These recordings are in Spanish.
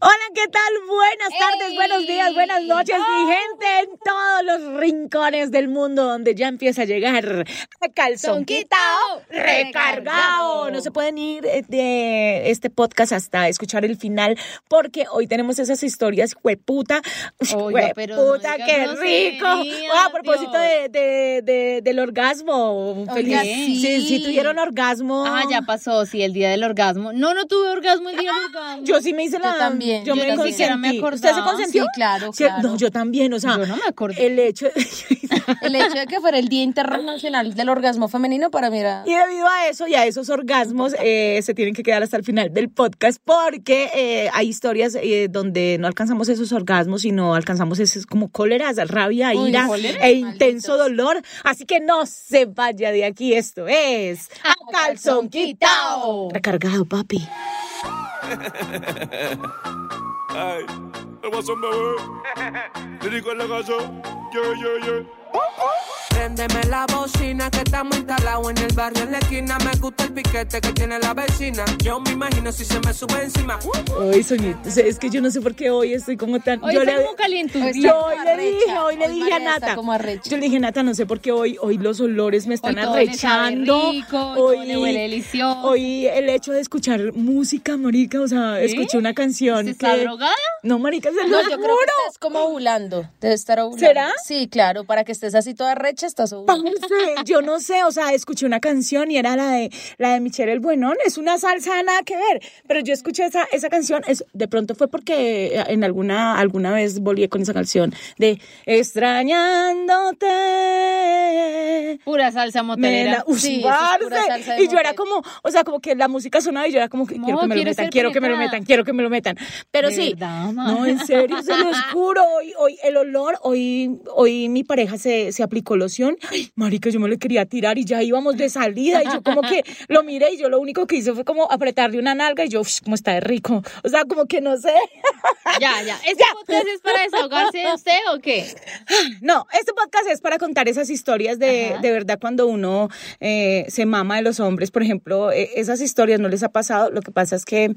Hola, ¿qué tal? Buenas tardes, ¡Ey! buenos días, buenas noches, mi ¡Oh! gente en todos los rincones del mundo donde ya empieza a llegar a calzón quitao, recargado. No se pueden ir eh, de este podcast hasta escuchar el final porque hoy tenemos esas historias, hueputa, Oiga, pero no hueputa, diga qué rico. groserías, Ah, a propósito de, de- de- del orgasmo, feliz. Oiga, Si sí. si tuvieron orgasmo. Ah, ya pasó, sí, el día del orgasmo. No, no tuve orgasmo el día del Ah, orgasmo. Yo sí me hice la. también, Yo, yo me también. consentí. Ni siquiera me ¿Usted se acordaba. consentió? Sí, claro, Sí, claro. No, yo también, o sea. Yo no me acordé. El hecho. El hecho de que fuera el Día Internacional del Orgasmo Femenino para mí era... Y debido a eso y a esos orgasmos, eh, se tienen que quedar hasta el final del podcast porque eh, hay historias eh, donde no alcanzamos esos orgasmos, sino alcanzamos esos como cóleras, rabia, Uy, ira cóleras, e intenso dolor. Así que no se vaya de aquí. Esto es. A calzón quitao. Recargado, papi. Ay, el guasón bebé. Lírico en la casa. Yeah, yeah, yeah. Préndeme la bocina que estamos instalados en el barrio en la esquina. Me gusta el piquete que tiene la vecina. Yo me imagino si se me sube encima. Hoy soñé. o sea, Es que yo no sé por qué hoy estoy como tan. Hoy yo está le- como calientudito. Hoy Yo está- hoy como le arrecha, dije, hoy le hoy dije a María está Nata. como arrecha. Yo le dije, Nata, no sé por qué hoy, hoy los olores me están Hoy todo le sabe arrechando. rico, todo le huele delicioso. Hoy el hecho de escuchar música, marica, o sea, escuché una canción. ¿Usted está que- drogada? Ah, No, marica, se lo No, yo creo juro. que estás como ovulando. Debe estar ovulando. ¿Será? Sí, claro. Para que estés así toda recha, estás ovulando. Parce, yo no sé, o sea, escuché una canción y era la de la de Michelle el Buenón, es una salsa nada que ver, pero yo escuché esa, esa canción, es, de pronto fue porque eh, en alguna alguna vez volví con esa canción de extrañándote. Pura salsa Me motelera. la, uy, Sí, eso es pura parce. salsa de y yo era motel. como, o sea, como que la música sonaba y yo era como que No, quiero que me lo quiero metan, ser quiero que me lo penetrada. metan, quiero que me lo metan. Pero De sí, verdad, ma. no, en serio, se lo juro. Hoy, hoy el olor, hoy, hoy mi pareja se, se aplicó loción. Ay, marica, yo me lo quería tirar y ya íbamos de salida. Y yo como que lo miré y yo lo único que hice fue como apretarle una nalga y yo, uff, como está de rico. O sea, como que no sé. Ya, ya. ¿Este podcast es para desahogarse de usted o qué? No, este podcast es para contar esas historias de, de verdad cuando uno eh, se mama de los hombres, por ejemplo, eh, esas historias no les ha pasado. Lo que pasa es que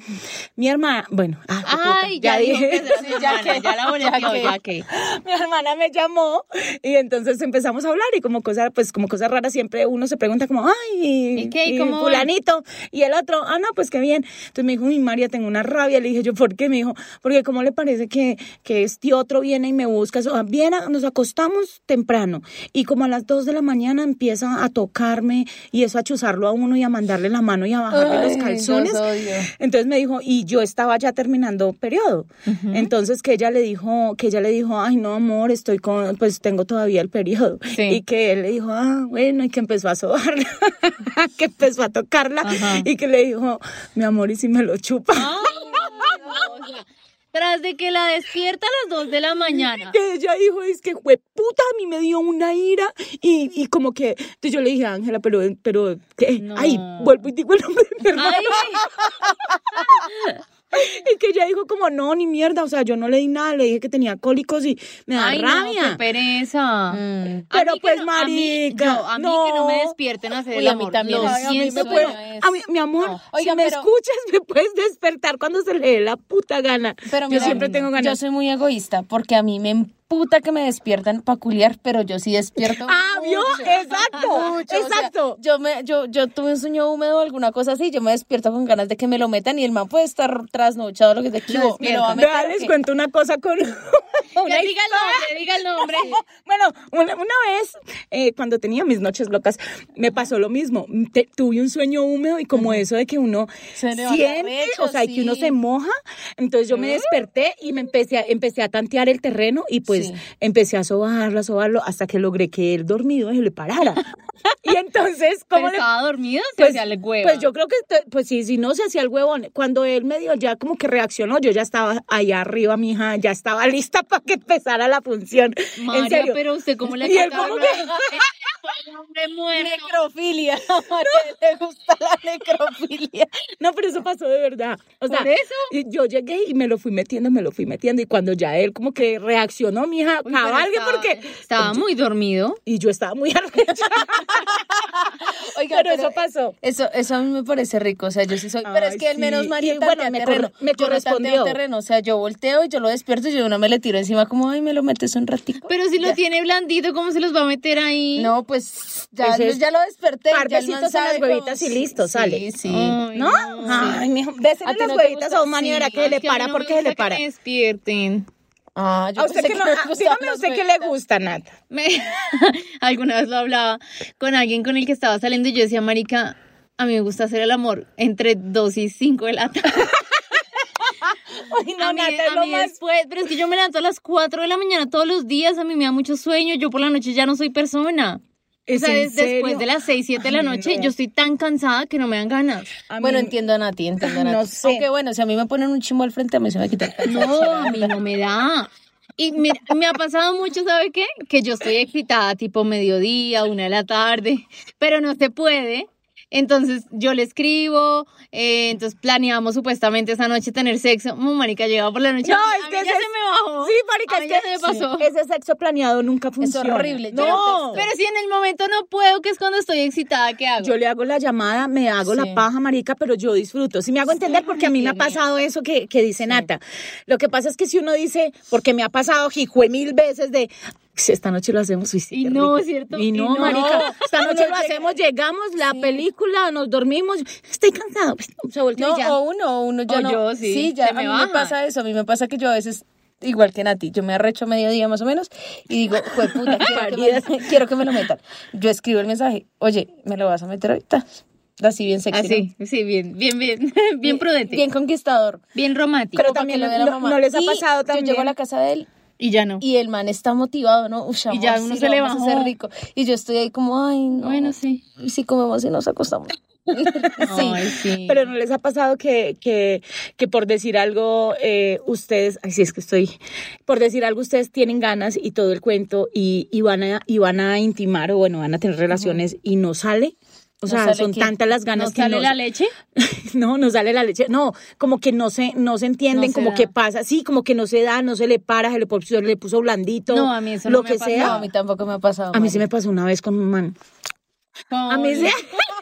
mi hermana, bueno, ah, qué puta, Ay, ya, dijo que será su hermana, ya, la boleteó, que- ya que. mi hermana me llamó y entonces empezamos a hablar y como cosa, pues como cosa rara siempre uno se pregunta como, ay, ¿Y qué? ¿Y cómo van? fulanito y el otro, ah, no, pues qué bien. Entonces me dijo, mi María, tengo una rabia. Le dije yo, ¿por qué? Me dijo, porque cómo le parece que, que este otro viene y me busca. O sea, viene, nos acostamos temprano y como a las 2 de la mañana empieza a tocarme y eso a chuzarlo a uno y a mandarle la mano y a bajarle Ay, los calzones. los odio. Entonces me dijo, y yo estaba ya terminando periodo. Entonces que ella le dijo, que ella le dijo, ay no amor, estoy con, pues tengo todavía el periodo. Sí. Y que él le dijo, ah, bueno, y que empezó a sobarla, que empezó a tocarla, Ajá. Ah. y que le dijo, mi amor, y si me lo chupa. O sea, Tras de que la despierta a las 2 de la mañana. que ella dijo, es que fue puta, a mí me dio una ira. Y, y como que, entonces yo le dije, Ángela, pero, pero, ¿qué? No. Ay, vuelvo y digo el nombre de mi hermano. Ay, Y que ella dijo como, no, ni mierda, o sea, yo no le di nada, le dije que tenía cólicos y me da ay, no, rabia. qué pereza. Mm. A mí Pero que pues, no- a mí- marica, yo, a mí que no me no. despierten a hacer el Uy, a mí amor. también. Lo Ay, a mí me siento. puede- Bueno, es. a mí- mi amor, No. si Oigan, me pero- escuchas, me puedes despertar cuando se le dé la puta gana. Pero yo mira, siempre tengo ganas. Yo soy muy egoísta porque a mí me emputa que me despiertan peculiar, pero yo sí despierto. Ah, ¿vio? mucho. Exacto, Mucho, o sea, exacto. yo, me, yo, yo tuve un sueño húmedo o alguna cosa así, yo me despierto con ganas de que me lo metan y el man puede estar trasnochado, lo que te quiero. Me lo va a meter. Vea, ¿o les qué? cuento una cosa con una Ya diga el nombre, diga el nombre. Bueno, una, una vez, eh, cuando tenía mis noches locas, me pasó lo mismo. Te- tuve un sueño húmedo y como eso de que uno Se le va siente, arrecho, o sea, que uno sí. se moja. Entonces yo me desperté y me empecé a, empecé a tantear el terreno y pues Sí. empecé a sobarlo, a sobarlo, hasta que logré que él dormido se le parara. y entonces, Pero ¿cómo le estaba dormido, se hacía el huevo. pues yo creo que, te- pues sí, si no se hacía el huevón, cuando él medio ya como que reaccionó, yo ya estaba allá arriba, mija, ya estaba lista para que empezara la función. María, en serio. pero usted cómo le Y él acaba como de- que- Eh, Fue un hombre muerto. Necrofilia. A Mariel le gusta la necrofilia. No, pero eso pasó de verdad. O sea, ¿Por eso? y yo llegué y me lo fui metiendo, me lo fui metiendo. Y cuando ya él como que reaccionó, mi hija, Uy, pero cabalgue estaba- porque... Estaba muy dormido. Y yo estaba muy arrecha. Oiga, pero, eh, eso pasó. Eso, eso a mí me parece rico, o sea, yo sí soy, pero Ay, es que al sí. menos María Y bueno, tantea me terreno, corre- me yo no tanteo correspondió. terreno, o sea, yo volteo y yo lo despierto y yo no me le tiro encima como, ay, me lo metes un ratito. Pero si lo tiene blandito, ¿cómo se los va a meter ahí? No, pues ya, Pues es- ya lo desperté. par ya el besitos man en las sabe cómo- huevitas y listo, sale. Ah, Sí, sí. Ay, ¿No? Ay, mijo, bésele ¿A ti las no te huevitas gusta? a un man y verá Sí, que le Es que a mí para, no me porque se le gusta que para. me despierten. Ah, yo A usted pensé que no, le a- gustaban dígame a las usted que huevitas. le gusta, Nata. Me- Alguna vez lo hablaba con alguien con el que estaba saliendo y yo decía, Marica, a mí me gusta hacer el amor entre 2 y 5 de la tarde. Ay, no, A mí- Nata, es a lo mí más... después, pero es que yo me levanto a las 4 de la mañana todos los días, a mí me da mucho sueño, yo por la noche ya no soy persona. O ¿Es sea, en des- después serio? de las 6, 7 de la Ay, noche, no. yo estoy tan cansada que no me dan ganas. A mí- Bueno, entiendo a Nati, entiendo a No Nati. sé. Aunque bueno, si a mí me ponen un chimbo al frente, a mí se me quita el cansancio. No, a mí no me da. Y mira, me ha pasado mucho, ¿sabe qué? Que yo estoy excitada tipo mediodía, una de la tarde, pero no se puede. Entonces yo le escribo, eh, entonces planeamos supuestamente esa noche tener sexo. Mm, marica, llegaba por la noche. No, a mí- es a que mí ya ese- se me bajó. Sí, marica, A mí es ya que se me pasó. ese sexo planeado nunca funciona. horrible, yo No. Pero si en el momento no puedo, que es cuando estoy excitada, ¿qué hago? Yo le hago la llamada, me hago la Sí. paja, marica, pero yo disfruto. Si me hago entender, porque a mí me ha pasado eso que, que dice Nata. Lo que pasa es que si uno dice, porque me ha pasado, jijue, mil veces de... "Si esta noche lo hacemos, uy, sí, Y qué no, rico". ¿cierto? Y Y no, no. marica, esta noche lo hacemos, llegamos, la película, nos dormimos, estoy cansado, Pues, se volteó No, y ya. o uno, o uno, yo O no. yo, sí, ya, se me a mí me baja. pasa eso, a mí me pasa que yo a veces, igual que Nati, yo me arrecho a mediodía más o menos y digo, pues puta, quiero, que me, quiero que me lo metan. Yo escribo el mensaje, oye, ¿me lo vas a meter ahorita? Así bien sexy. Así, Ah, sí, bien, bien, bien, bien ¿no? prudente, bien, Bien conquistador. romántico. Pero Como para también que lo vea la no- mamá. no les ha Y pasado Yo también. llego a la casa de él y ya no. y el man está motivado, ¿no? Uy, amor, ya uno sí, se lo le vamos bajó. a hacer rico. Y yo estoy ahí como, ay, no. Bueno, sí. Y si comemos y nos acostamos. sí. Ay, sí. Pero no les ha pasado que, que, que por decir algo, eh, ustedes, así es que estoy, por decir algo, ustedes tienen ganas y todo el cuento y, y van, a, y van a intimar o bueno, van a tener relaciones y no sale. O ¿No sea, sale son qué? tantas las ¿No ganas que Ah, sale no, la leche? no, no sale la leche. No, como que no se, no se entienden, No se como da. que pasa, sí, como que no se da, no se le para, se le puso, se le puso blandito, No, a mí eso lo no me que ha sea. No, a mí tampoco me ha pasado. A mí se Mari. me pasó una vez con un man. A mí, se-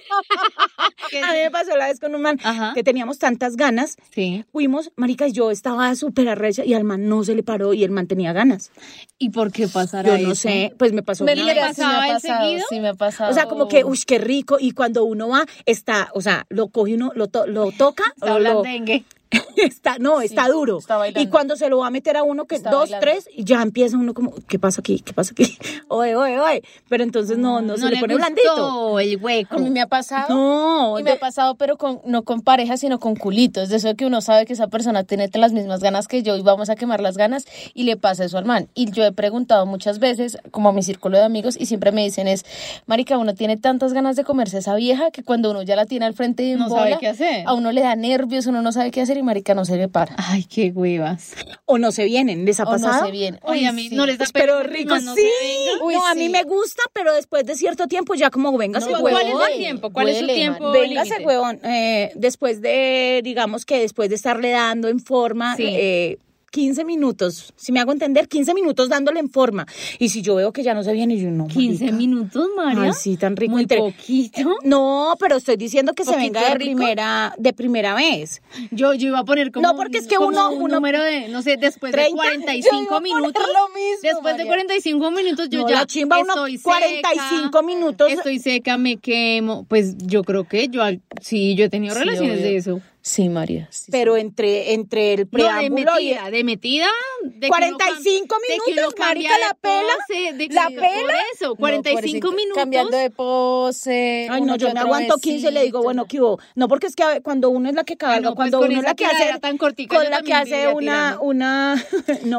a mí me pasó la vez con un man Ajá. que teníamos tantas ganas Sí. Fuimos, marica, y yo estaba súper arrecha y al man no se le paró y el man tenía ganas. ¿Y por qué pasará Yo eso? no sé, pues me pasó. Me una le vez. mira, sí me pasaba ha el pasado, seguido? sí me ha pasado. O sea, como que, uy, qué rico. Y cuando uno va, está, o sea, lo coge uno, lo, to- lo toca, Está o lo- blandengue. está- no, está duro. está bailando. y cuando se lo va a meter a uno, que Está dos, bailando. tres, y ya empieza uno como, ¿qué pasa aquí? ¿Qué pasa aquí? Oye, oye, oye. Pero entonces no, no, se le, pone blandito. gustó el A hueco. mí me ha pasado. No, Y me de- ha pasado, pero con, no con pareja, sino con culitos. De eso que uno sabe que esa persona tiene las mismas ganas que yo y vamos a quemar las ganas y le pasa eso al man. Y yo he preguntado muchas veces, como a mi círculo de amigos, y siempre me dicen es, marica, uno tiene tantas ganas de comerse esa vieja que cuando uno ya la tiene al frente de No sabe qué hacer. a uno le da nervios, uno no sabe qué hacer y marica no se le para. Ay, qué huevas. o no se vienen, ¿les ha O pasado? no se viene. Oye, a mí no les da Pero pena que rico, el man no se sí. venga. Uy, no, a mí sí. me gusta, pero después de cierto tiempo ya como venga No, se ¿Cuál huevón. es el tiempo? ¿Cuál es su Huele, tiempo? man. Véngase, límite? huevón. Eh, después de, digamos que después de estarle dando en forma, Sí. eh, 15 minutos, si me hago entender, 15 minutos dándole en forma. Y si yo veo que ya no se viene, yo no. 15 marica. minutos, María. Ay, sí, tan rico. Muy Entre- poquito. No, pero estoy diciendo que se ¿Poquito venga de rico? primera, de primera vez. Yo, yo iba a poner como No, porque es que un, como uno- un uno- número de, no sé, después 30, de 45 yo iba a poner minutos. lo mismo, después de María. 45 minutos yo No, ya la chimba, uno estoy 45 seca, minutos. Estoy seca, me quemo. Pues yo creo que yo al- sí, yo he tenido Sí, relaciones obvio. de eso. Sí, María. sí, Pero entre, entre el No, de preámbulo y metida, de metida. De que uno 45 cam- de que minutos, uno cambia marica, la de pela, pose, de que- la Por pela. eso, No, 45 pobrecito. minutos. Cambiando de Eh, pose. Ay, no, uno yo que me otro aguanto 15 y le digo, besito. bueno, ¿qué hubo? No, porque es que a ver, cuando uno es la que cabalga, Ay, no, pues, cuando con uno es esa la que hace. tiradera tan cortica, con yo la que también hace viviría una. tirando. una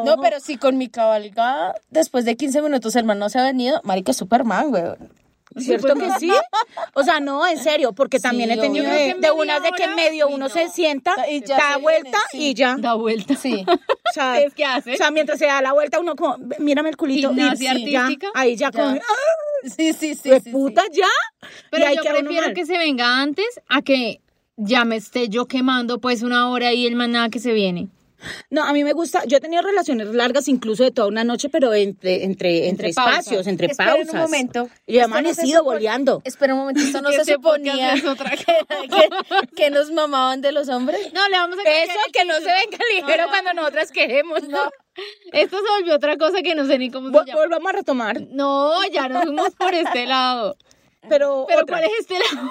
no, No, pero si con mi cabalgada, después de 15 minutos el man no se ha venido, marica es Superman, güey. ¿Cierto que sí? O sea, no, en serio, porque también he obvio. tenido Yo de, que creo de media unas de que hora, medio uy, uno no. se sienta, Y ya da se vuelta viene, sí. y ya. Da vuelta. Sí. O sea, ¿Ustedes qué hacen? o sea, mientras se da la vuelta uno como, mírame el culito. Gimnasia y ya, artística. ahí ya, como, Ya. ¡ah! Sí, sí, sí. ¿De sí, sí. puta ya? Pero Y ahí yo queda uno prefiero mal. que se venga antes a que ya me esté yo quemando pues una hora y el maná que se viene. No, a mí me gusta. Yo he tenido relaciones largas, incluso de toda una noche, pero entre, entre, entre, pausas. espacios, entre Esperen pausas. un Yo momento. he Esto no se amanecido supone- boleando. Espera un momento, esto no se Este suponía podcast es otra que, que- que nos mamaban de los hombres. No, le vamos a cambiar Eso el que no se título. venga ligero No, no. cuando nosotras queremos, ¿no? Esto se volvió otra cosa que no sé ni cómo Vol- se llama. volvamos a retomar. No, ya nos fuimos por este lado. Pero, ¿Pero otra. cuál es este lado?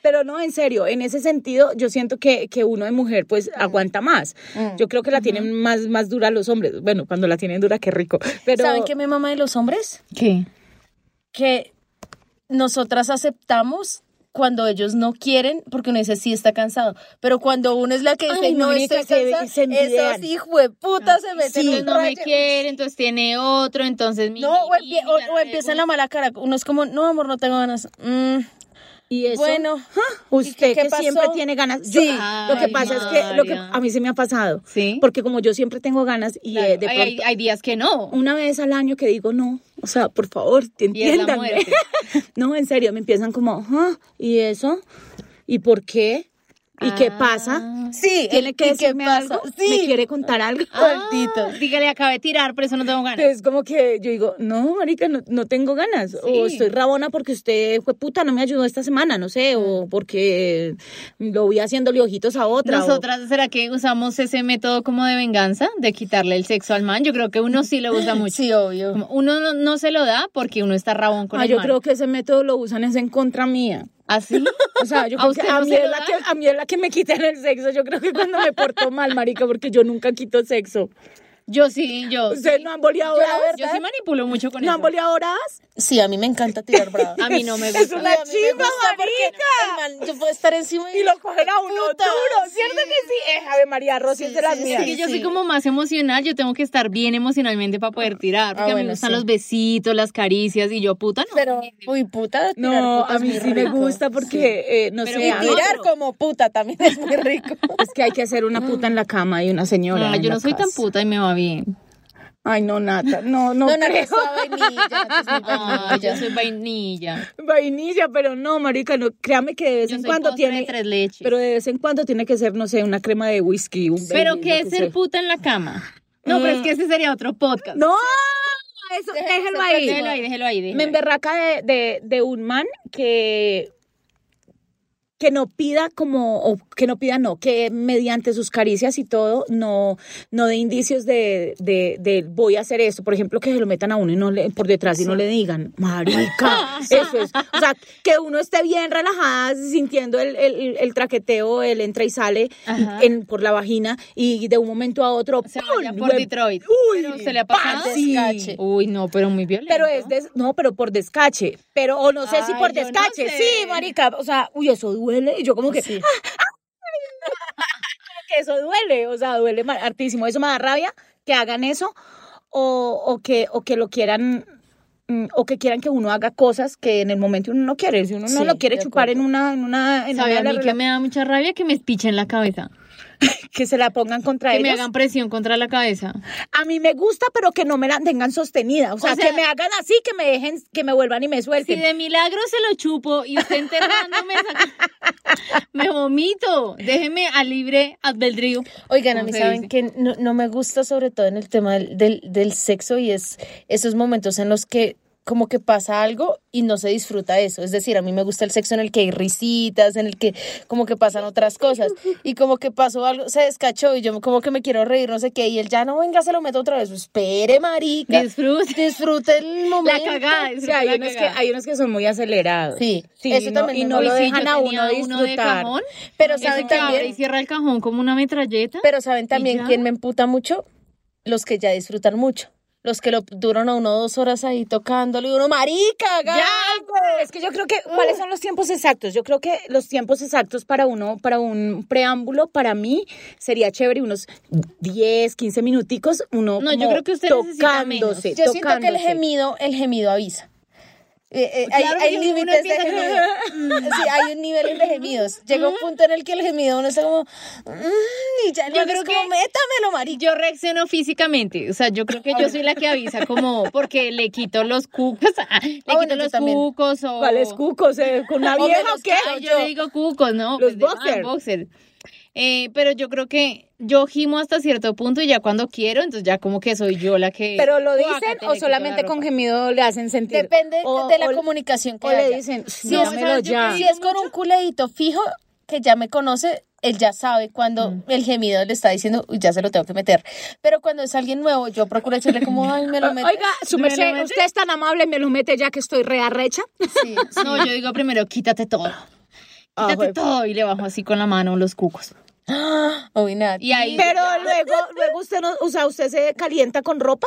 Pero no, en serio, en ese sentido yo siento que, que uno de mujer pues Mm. aguanta más. Yo creo que la tienen más, más dura los hombres. Bueno, cuando la tienen dura, qué rico. Pero ¿Saben qué me mama de los hombres? ¿Qué? que nosotras aceptamos cuando ellos no quieren, porque uno dice, sí, está cansado. Pero cuando uno es la que dice, Ay, no, marica, estoy que cansada, se Ah, envidian. esos hijos de puta se meten Entonces un no me rayo. quiere, entonces tiene otro, entonces mi No, o, empie- o- niñita, o empiezan la mala cara. Uno es como, no, amor, no tengo ganas. Mm, Y eso, Bueno. ¡ah! usted ¿Y qué- qué que pasó? siempre tiene ganas. Yo- Sí. lo que Ay, pasa es que, lo que María. a mí se me ha pasado. Sí. Porque como yo siempre tengo ganas y eh, de Hay- pronto hay, hay días que no. una vez al año que digo no, o sea, por favor, te Y es la entiendan. muerte. no, en serio, me empiezan como, "Ah, ¿y eso? ¿Y por qué? ¿Y qué Ah, pasa? Sí, ¿Tiene el- que ¿y qué decirme pasa? algo? ¿Me Sí. quiere contar algo? Ah, dígale, acabé de tirar, por eso no tengo ganas. Es como que yo digo, no, marica, no, no tengo ganas. O estoy rabona porque usted fue puta, no me ayudó esta semana, no sé. Mm. O porque lo vi haciéndole ojitos a otra. o- Nosotras, ¿será que usamos ese método como de venganza? De quitarle el sexo al man. Yo creo que uno sí lo usa mucho. Sí, obvio. Como Uno no, no se lo da porque uno está rabón con Ah, el yo man. creo que ese método lo usan es en contra mía. ¿Así? O sea, yo ¿A creo que usted a, no mí se es lo la da? que a mí es la que me quitan el sexo. Yo creo que cuando me porto mal, marica, porque yo nunca quito sexo. Yo sí, yo. Ustedes no han boleado Yo la bravas. Yo sí manipulo mucho con ¿No eso. han boleado bravas? Sí, a mí me encanta tirar bravo. A mí no me Es gusta. una A mí me chimba, gusta porque marica. el man- yo puedo estar encima Y lo cogen a uno Puta, duro, ¿cierto que sí? Eh, Ave María, Rosy es de las mías. Es que yo soy como más emocional, yo tengo que estar bien emocionalmente para Ah, poder tirar, porque a mí bueno, me gustan sí. los besitos, las caricias, y yo, puta, no. Pero, uy, puta, tirar No, putas a mí muy sí me rico. gusta porque, eh, no Pero sé, mi a ver, Tirar como puta también es muy rico. es que hay que hacer una puta en la cama y una señora Ay, en yo la no soy tan casa. puta y me va bien. Ay, no, Nata, no, no, No, no, creo. que suave pues, Ah, Ay, yo soy vainilla. Vainilla, pero no, marica, no, créame que de vez Yo en soy cuando postre de tiene... tres leches. Pero de vez en cuando tiene que ser, no sé, una crema de whisky, un Pero Baileys, ¿qué lo es que ser sea. Mm. puta en la cama? No, pero es que ese sería otro podcast. ¡No! Eso, Déjalo, déjelo se ahí. Déjelo ahí, déjelo ahí. déjelo Me ahí. emberraca de, de, de un man que que no pida como o que no pida no que mediante sus caricias y todo no no de indicios de, de, de voy a hacer esto por ejemplo que se lo metan a uno y no le, por detrás y no le digan marica eso es o sea que uno esté bien relajada sintiendo el, el, el traqueteo el entra y sale en, por la vagina y de un momento a otro Se ¡pum! vaya por Hue- Detroit. uy Pero se le ha pa, pasado. sí. Descache. Uy, no, pero muy violento. Pero es des- no, pero por descache, pero o no sé si Ay, por yo no descache, sé. sí, marica, o sea, uy, eso duele y yo como que ah, ah, como que eso duele, o sea, duele ma- hartísimo, eso me da rabia que hagan eso o, o que o que lo quieran mm, o que quieran que uno haga cosas que en el momento uno no quiere, si uno no Sí, lo quiere de chupar en acuerdo. una en una en ¿Sabe una a de mí las que rela- me da mucha rabia que me pichen la cabeza? que se la pongan contra Que me ellos. hagan presión contra la cabeza. A mí me gusta, pero que no me la tengan sostenida, o sea, sea- que me hagan así, que me dejen que me vuelvan y me Si suelten. de milagro se lo chupo y usted enterrándome, saca- me vomito. Déjeme al libre albedrío. Oigan, a ¿Cómo mí se saben dice? que no, no me gusta sobre todo en el tema del, del, del sexo y es esos momentos en los que como que pasa algo y no se disfruta eso. Es decir, a mí me gusta el sexo en el que hay risitas, en el que como que pasan otras cosas y como que pasó algo, se descachó y yo como que me quiero reír, no sé qué, y él ya no venga, se lo meto otra vez. Espere, marica. Disfrute. Disfrute La el momento. cagada. O disfrute sea, la hay unos, que, cagada. hay unos que son muy acelerados. Sí, eso eso también también y me no Uy, lo molesta. sí, yo dejan a uno tenía uno de disfrutar. cajón. Pero Eso saben que abre y también, cierra el cajón como una metralleta. pero saben ¿Y también ya? quién me emputa mucho, los que ya disfrutan mucho. Los que lo duran a uno o dos horas ahí tocándolo y uno, marica, haga Ya, algo". es que yo creo que ¿cuáles son los tiempos exactos? Yo creo que los tiempos exactos para uno para un preámbulo para mí sería chévere unos 10, 15 minuticos, uno No, yo como creo que usted necesita tocándose, menos. Yo siento que el tocándose. gemido, el gemido avisa. Eh, eh, Claro, hay, porque hay uno límites de empieza gemidos. Sí, hay un nivel de gemidos. Llega un punto en el que el gemido uno está como. "Mm", y ya el Yo man es creo como, que- métamelo, Y marica. yo reacciono físicamente, o sea, yo creo que yo soy la que avisa como porque le quito los cucos, ah, le Ah, bueno, quito yo los también. cucos o ¿Cuáles cucos? eh? ¿Con una O vieja menos o qué? Ay, yo le digo cucos, ¿no? Los de- ah, boxer. boxer. Eh, pero yo creo que yo gimo hasta cierto punto y ya cuando quiero, entonces ya como que soy yo la que ¿Pero lo dicen Guácate, le o quito solamente la con ropa. gemido le hacen sentir? Depende O- de la o- comunicación que O le haya. dicen, si es, dámelo ¿sabes? Yo ya. te si es con un culeíto fijo que ya me conoce, él ya sabe cuando el gemido le está diciendo, "Uy, ya se lo tengo que meter. Pero cuando es alguien nuevo, yo procuro decirle como, ay, me lo meto. Oiga, su ¿Me lo merced, metes? usted es tan amable, me lo mete ya que estoy rearrecha. Sí, No, yo digo primero, quítate todo. Ah, Quítate güey. todo y le bajo así con la mano los cucos. Uy, nada. Y ahí Pero luego, luego usted no, o sea, usted se calienta con ropa.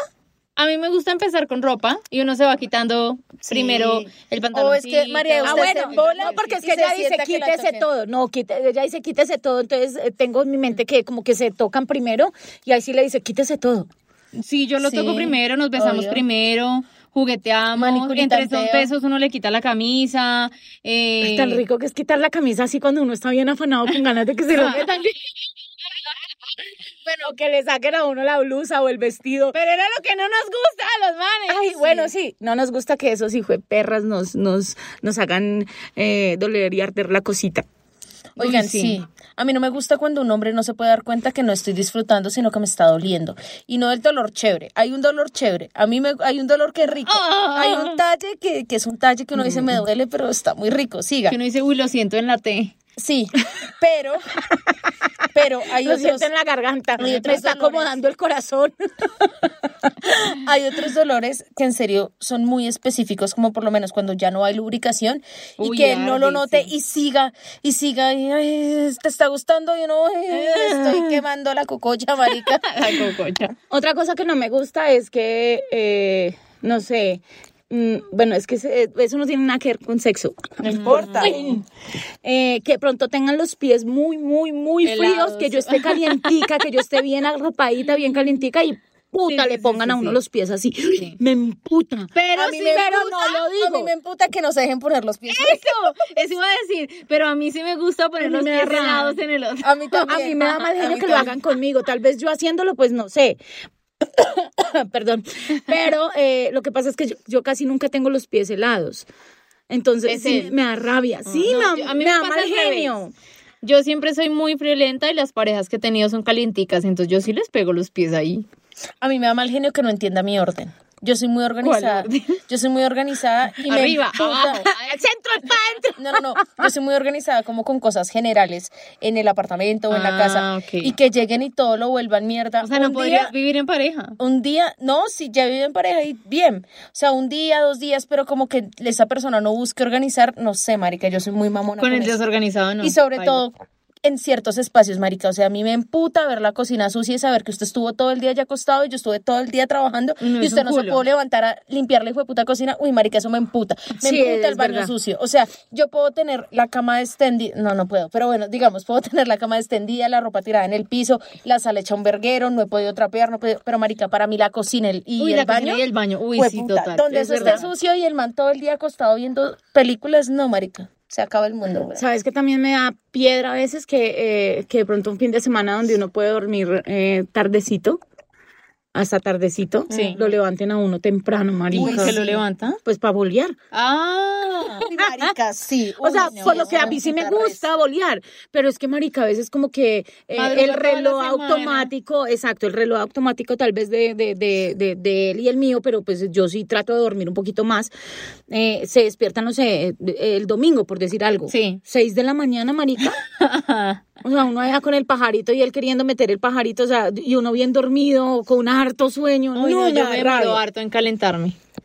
a mí me gusta empezar con ropa y uno se va quitando primero el pantalón. O es que, María, Ah, usted se bueno, embola no, porque es y que se ella dice sienta que la quítese toquen. todo. No, quite- ella dice quítese todo. Entonces eh, tengo en mi mente que como que se tocan primero y ahí sí le dice quítese todo. Sí, yo lo Sí, toco primero, nos besamos obvio. primero, jugueteamos. Manicura y Entre esos tanteo. besos uno le quita la camisa. eh, Tan rico que es quitar la camisa así cuando uno está bien afanado con ganas de que se lo metan. bueno, que le saquen a uno la blusa o el vestido. Pero era lo que no nos gusta a los manes. Ay, bueno, sí, no nos gusta que esos hijos de perras nos, nos, nos hagan eh, doler y arder la cosita. Oigan, Uy, sí. sí. A mí no me gusta cuando un hombre no se puede dar cuenta que no estoy disfrutando, sino que me está doliendo. Y no el dolor chévere. Hay un dolor chévere. A mí me, hay un dolor que es rico. Hay un talle que, que es un talle que uno dice me duele, pero está muy rico. Siga. Que uno dice, uy, lo siento en la T. Sí, pero, pero hay Lo otros, siento en la garganta, hay me otros está dolores. acomodando el corazón. hay otros dolores que en serio son muy específicos, como por lo menos cuando ya no hay lubricación y Uy, que él no lo arde, note sí. y siga, y siga, y, "Ay, te está gustando, yo no, ay, Ah. estoy quemando la cococha, marica. La cococha. Otra cosa que no me gusta es que, eh, no sé, mm, bueno, es que se- eso no tiene nada que ver con sexo. No importa. que pronto tengan los pies muy, muy, muy fríos, Helados. que yo esté calientica, que yo esté bien arropadita, bien calientica y puta, Sí, le sí, pongan sí, a uno sí. los pies así. Me emputa. Pero A mí sí, me pero emputa, no lo A mí digo. me emputa que nos dejen poner los pies. Eso, eso iba a decir. Pero a mí sí me gusta poner los me da pies rabia. helados en el otro. A mí también. A mí me da mal A genio mí que lo también. hagan conmigo. Tal vez yo haciéndolo, pues no sé. Perdón. Pero eh, lo que pasa es que yo, yo casi nunca tengo los pies helados. Entonces Es sí, él. me da rabia. Sí, No, me, yo- da- a mí me me da pasa mal al revés. genio. Yo siempre soy muy friolenta y las parejas que he tenido son calienticas, entonces yo sí les pego los pies ahí. A mí me da mal genio que no entienda mi orden. Yo soy muy organizada. orden? Yo soy muy organizada y me Arriba, emputa. abajo, al centro, para adentro. No, no, no. Yo soy muy organizada como con cosas generales en el apartamento o en la Ah, casa. ok. Y que lleguen y todo lo vuelvan mierda. O sea, no Un podrías día- vivir en pareja. un día, no, si ya viven en pareja y bien. O sea, un día, dos días, pero como que esa persona no busque organizar, no sé, marica, yo soy muy mamona. Con con el eso. desorganizado no. y sobre baila. todo en ciertos espacios, marica. O sea, a mí me emputa ver la cocina sucia y saber que usted estuvo todo el día ya acostado y yo estuve todo el día trabajando No, y es usted un no se culo. pudo levantar a limpiar la hijo de puta cocina. Uy, marica, eso me emputa. Me Sí, emputa el es baño verdad. sucio. O sea, yo puedo tener la cama extendida. No, no puedo. Pero bueno, digamos, puedo tener la cama extendida, la ropa tirada en el piso, la sala hecha un verguero, no he podido trapear, no he podido- Pero, marica, para mí la cocina el- y Uy, el la cocina baño. y el baño. Uy, sí, Jueputa, total, Donde es eso está verdad. sucio y el man todo el día acostado viendo películas, no, marica. Se acaba el mundo, güey. Sabes que también me da piedra a veces que, eh, que de pronto un fin de semana donde uno puede dormir eh, tardecito, hasta tardecito, lo levanten a uno temprano, Uy, marica. ¿se lo levanta? Pues para bolear. Ah, Uy, marica, sí. O sea, Uy, no, por lo que a no, mí sí me puta res. gusta bolear, pero es que marica, a veces como que eh, Madruga el toda la reloj semana. automático, exacto, el reloj automático tal vez de, de, de, de, de él y el mío, pero pues yo sí trato de dormir un poquito más, eh, se despiertan, no sé, el domingo, por decir algo. Sí. Seis de la mañana, marica. O sea, uno allá con el pajarito y él queriendo meter el pajarito, o sea, y uno bien dormido, con un harto sueño. uy, no, no, yo me me da rabia. ¿Ah, demoro harto en calentarme. A esa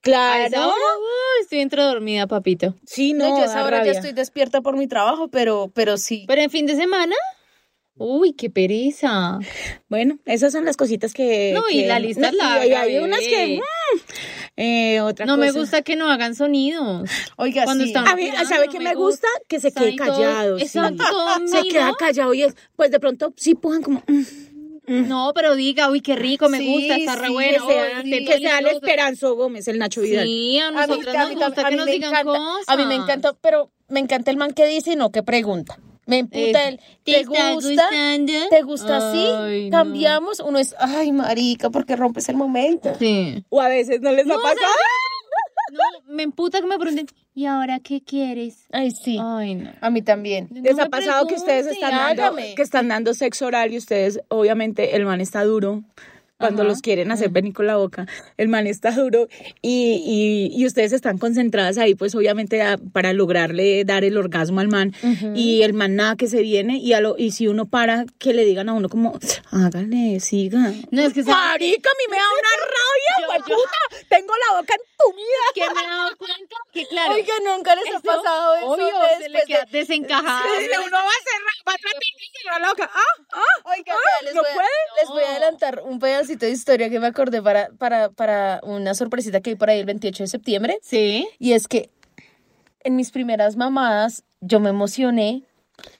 Claro. hora, uy, estoy entre dormida, papito. Sí, no, No, yo a da esa hora ya rabia. estoy despierta por mi trabajo, pero, pero sí. Pero en fin de semana, uy, qué pereza. Bueno, esas son las cositas que. No, y que- la lista es y larga, Hay, hay unas bebé. que. mm, eh, otra No cosa. me gusta que no hagan sonidos. Oiga, Cuando sí. están- A mí, ¿sabe No qué me me gusta? gusta. Que se Están quede ahí todos- callado. sí. Exacto, Ah, Se mira. queda callado y es. Pues de pronto sí pujan como. mm, No, pero diga, uy, qué rico, me Sí, gusta, está re sí, bueno. que oh, sea- sí, que sea el delicioso. Esperanzo Gómez, el Nacho Vidal. Sí, a A mí, nosotros a mí nos tam- gusta a que mí nos me digan encanta, cosas. a mí me encanta, pero me encanta el man que dice y no que pregunta. Me emputa Eh, el, ¿te está gusta? gustando? ¿Te gusta así? Ay, no. Cambiamos. Uno es, ay, marica, porque rompes el momento. Sí. O a veces no les ha No, pasado. No, me emputa que me pregunten, ¿y ahora qué quieres? Ay, sí. Ay, no. A mí también. ¿Les No ha me pasado que ustedes pregunte, están dando, hágame. que están dando sexo oral y ustedes, obviamente, el man está duro? Cuando Ajá. los quieren hacer venir con la boca, el man está duro y, y- y ustedes están concentradas ahí, pues obviamente a- para lograrle dar el orgasmo al man. Y el man nada que se viene y, a lo, y si uno para, que le digan a uno como, hágale, siga. No, es que ¿sabes Marica, a mí me da una rabia, Yo- yo- puta. Tengo la boca qué? que me he dado cuenta que claro. Oiga, nunca les ha eso, pasado eso. obvio, de se le después de- queda desencajada. entumida. Uno va a cerrar, va a tratar de cerrar la boca. Ah, ah. Oiga, Ah, vea, les, ¿no voy a, puede? les voy a adelantar un pedacito de historia que me acordé para, para, para una sorpresita que hay por ahí el 28 de septiembre. Sí. Y es que en mis primeras mamadas yo me emocioné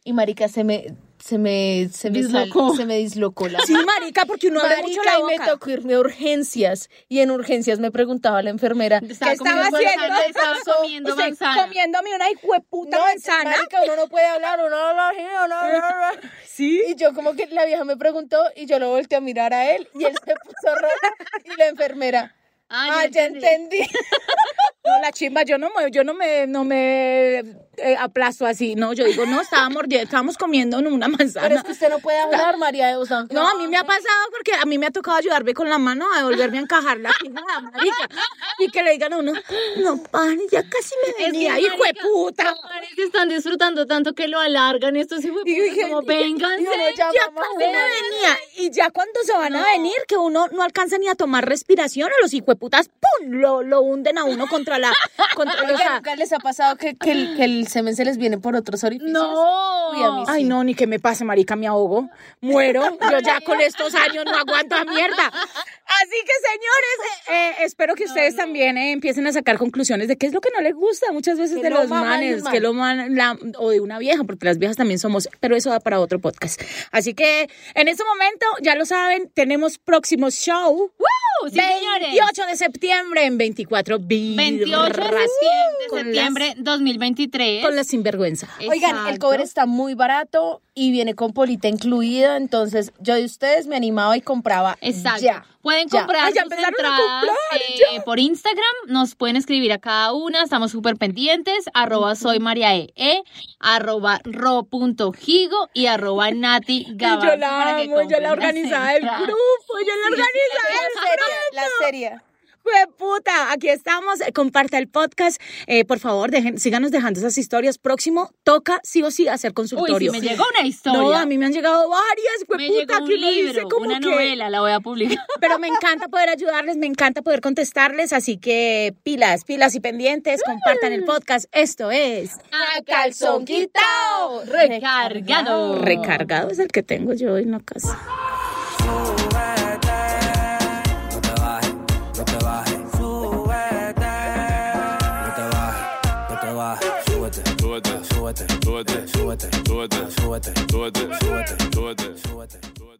y marica se me se me se me sal- Dislocó. se me dislocó la Sí, marica, porque uno abre mucho marica la y me boca. tocó irme a urgencias y en urgencias me preguntaba la enfermera Estaba estaba comiendo haciendo? manzana, Estaba comiendo Usted manzana. comiéndome una hijueputa manzana. marica uno no puede hablar uno no habla así, uno no habla así. Sí. y yo como que la vieja me preguntó y yo lo volteé a mirar a él y él se puso raro y la enfermera ah ya entendí No, la chimba, yo no me, yo no me, no me eh, aplasto así. No, yo digo, no, estábamos, estábamos comiendo una pero es manzana. que usted no puede hablar María o sea, No, a mí me ha pasado porque a mí me ha tocado ayudarme con la mano a volverme a encajar la pijada, marica. Y que le digan a uno, no, pan, ya casi me venía, marica, hijueputa. Parece que están disfrutando tanto que lo alargan estos hijos. Y yo dije, Como y- vengan. y uno ya Ya mamá, casi me venía. Y ya cuando se van a venir, que uno no alcanza ni a tomar respiración, a los hijueputas, ¡pum! Lo, lo hunden a uno contra la. Contra, o Oiga, sea, ¿nunca les ha pasado que, que el, que el semen se les viene por otros orificios? Uy, a mí No. sí. Ay, no, ni que me pase, marica, me ahogo. Muero. Yo ya con estos años no aguanto a mierda. Así que, señores, eh, eh, espero que ustedes también eh, empiecen a sacar conclusiones de qué es lo que no les gusta muchas veces Que de lo los mama de manes, un man. que lo man, la- o de una vieja, porque las viejas también somos, pero eso da para otro podcast. Así que, en este momento, ya lo saben, tenemos próximo show. ¡Woo! Sí, señores. 28 de septiembre en 24 28 de Vibras. septiembre, Con las- septiembre 2023. Con la sinvergüenza. Oigan, el Exacto. cover está muy barato y viene con polita incluida, entonces yo de ustedes me animaba y compraba Exacto. ya. pueden ya. comprar Ay, ya sus empezaron a entradas comprar, eh, por Instagram. Nos pueden escribir a cada una. Estamos súper pendientes. Arroba soy María E. E, arroba ro.gigo y arroba Nati Gabas. Y yo la amo, yo la organizada del grupo, yo la La organizada del serie, la serie. grupo. puta! Aquí estamos, eh, comparta el podcast, eh, por favor, dejen, síganos dejando esas historias. Próximo, toca sí o sí hacer Uy, sí, consultorio. me llegó una historia. No, a mí me han llegado varias, me hueputa, llegó un que uno dice libro, como una que- novela, la voy a publicar. Pero me encanta poder ayudarles, me encanta poder contestarles, así que pilas, pilas y pendientes, compartan Mm. el podcast. Esto es A calzón quitao, recargado. Ah, Recargado, es el que tengo yo en la casa. Súbete. No te bajes, no te bajes. Súbete. No te bajes, no te bajes. Súbete, Súbete, súbete, súbete, súbete, súbete, súbete, súbete, súbete, súbete. súbete.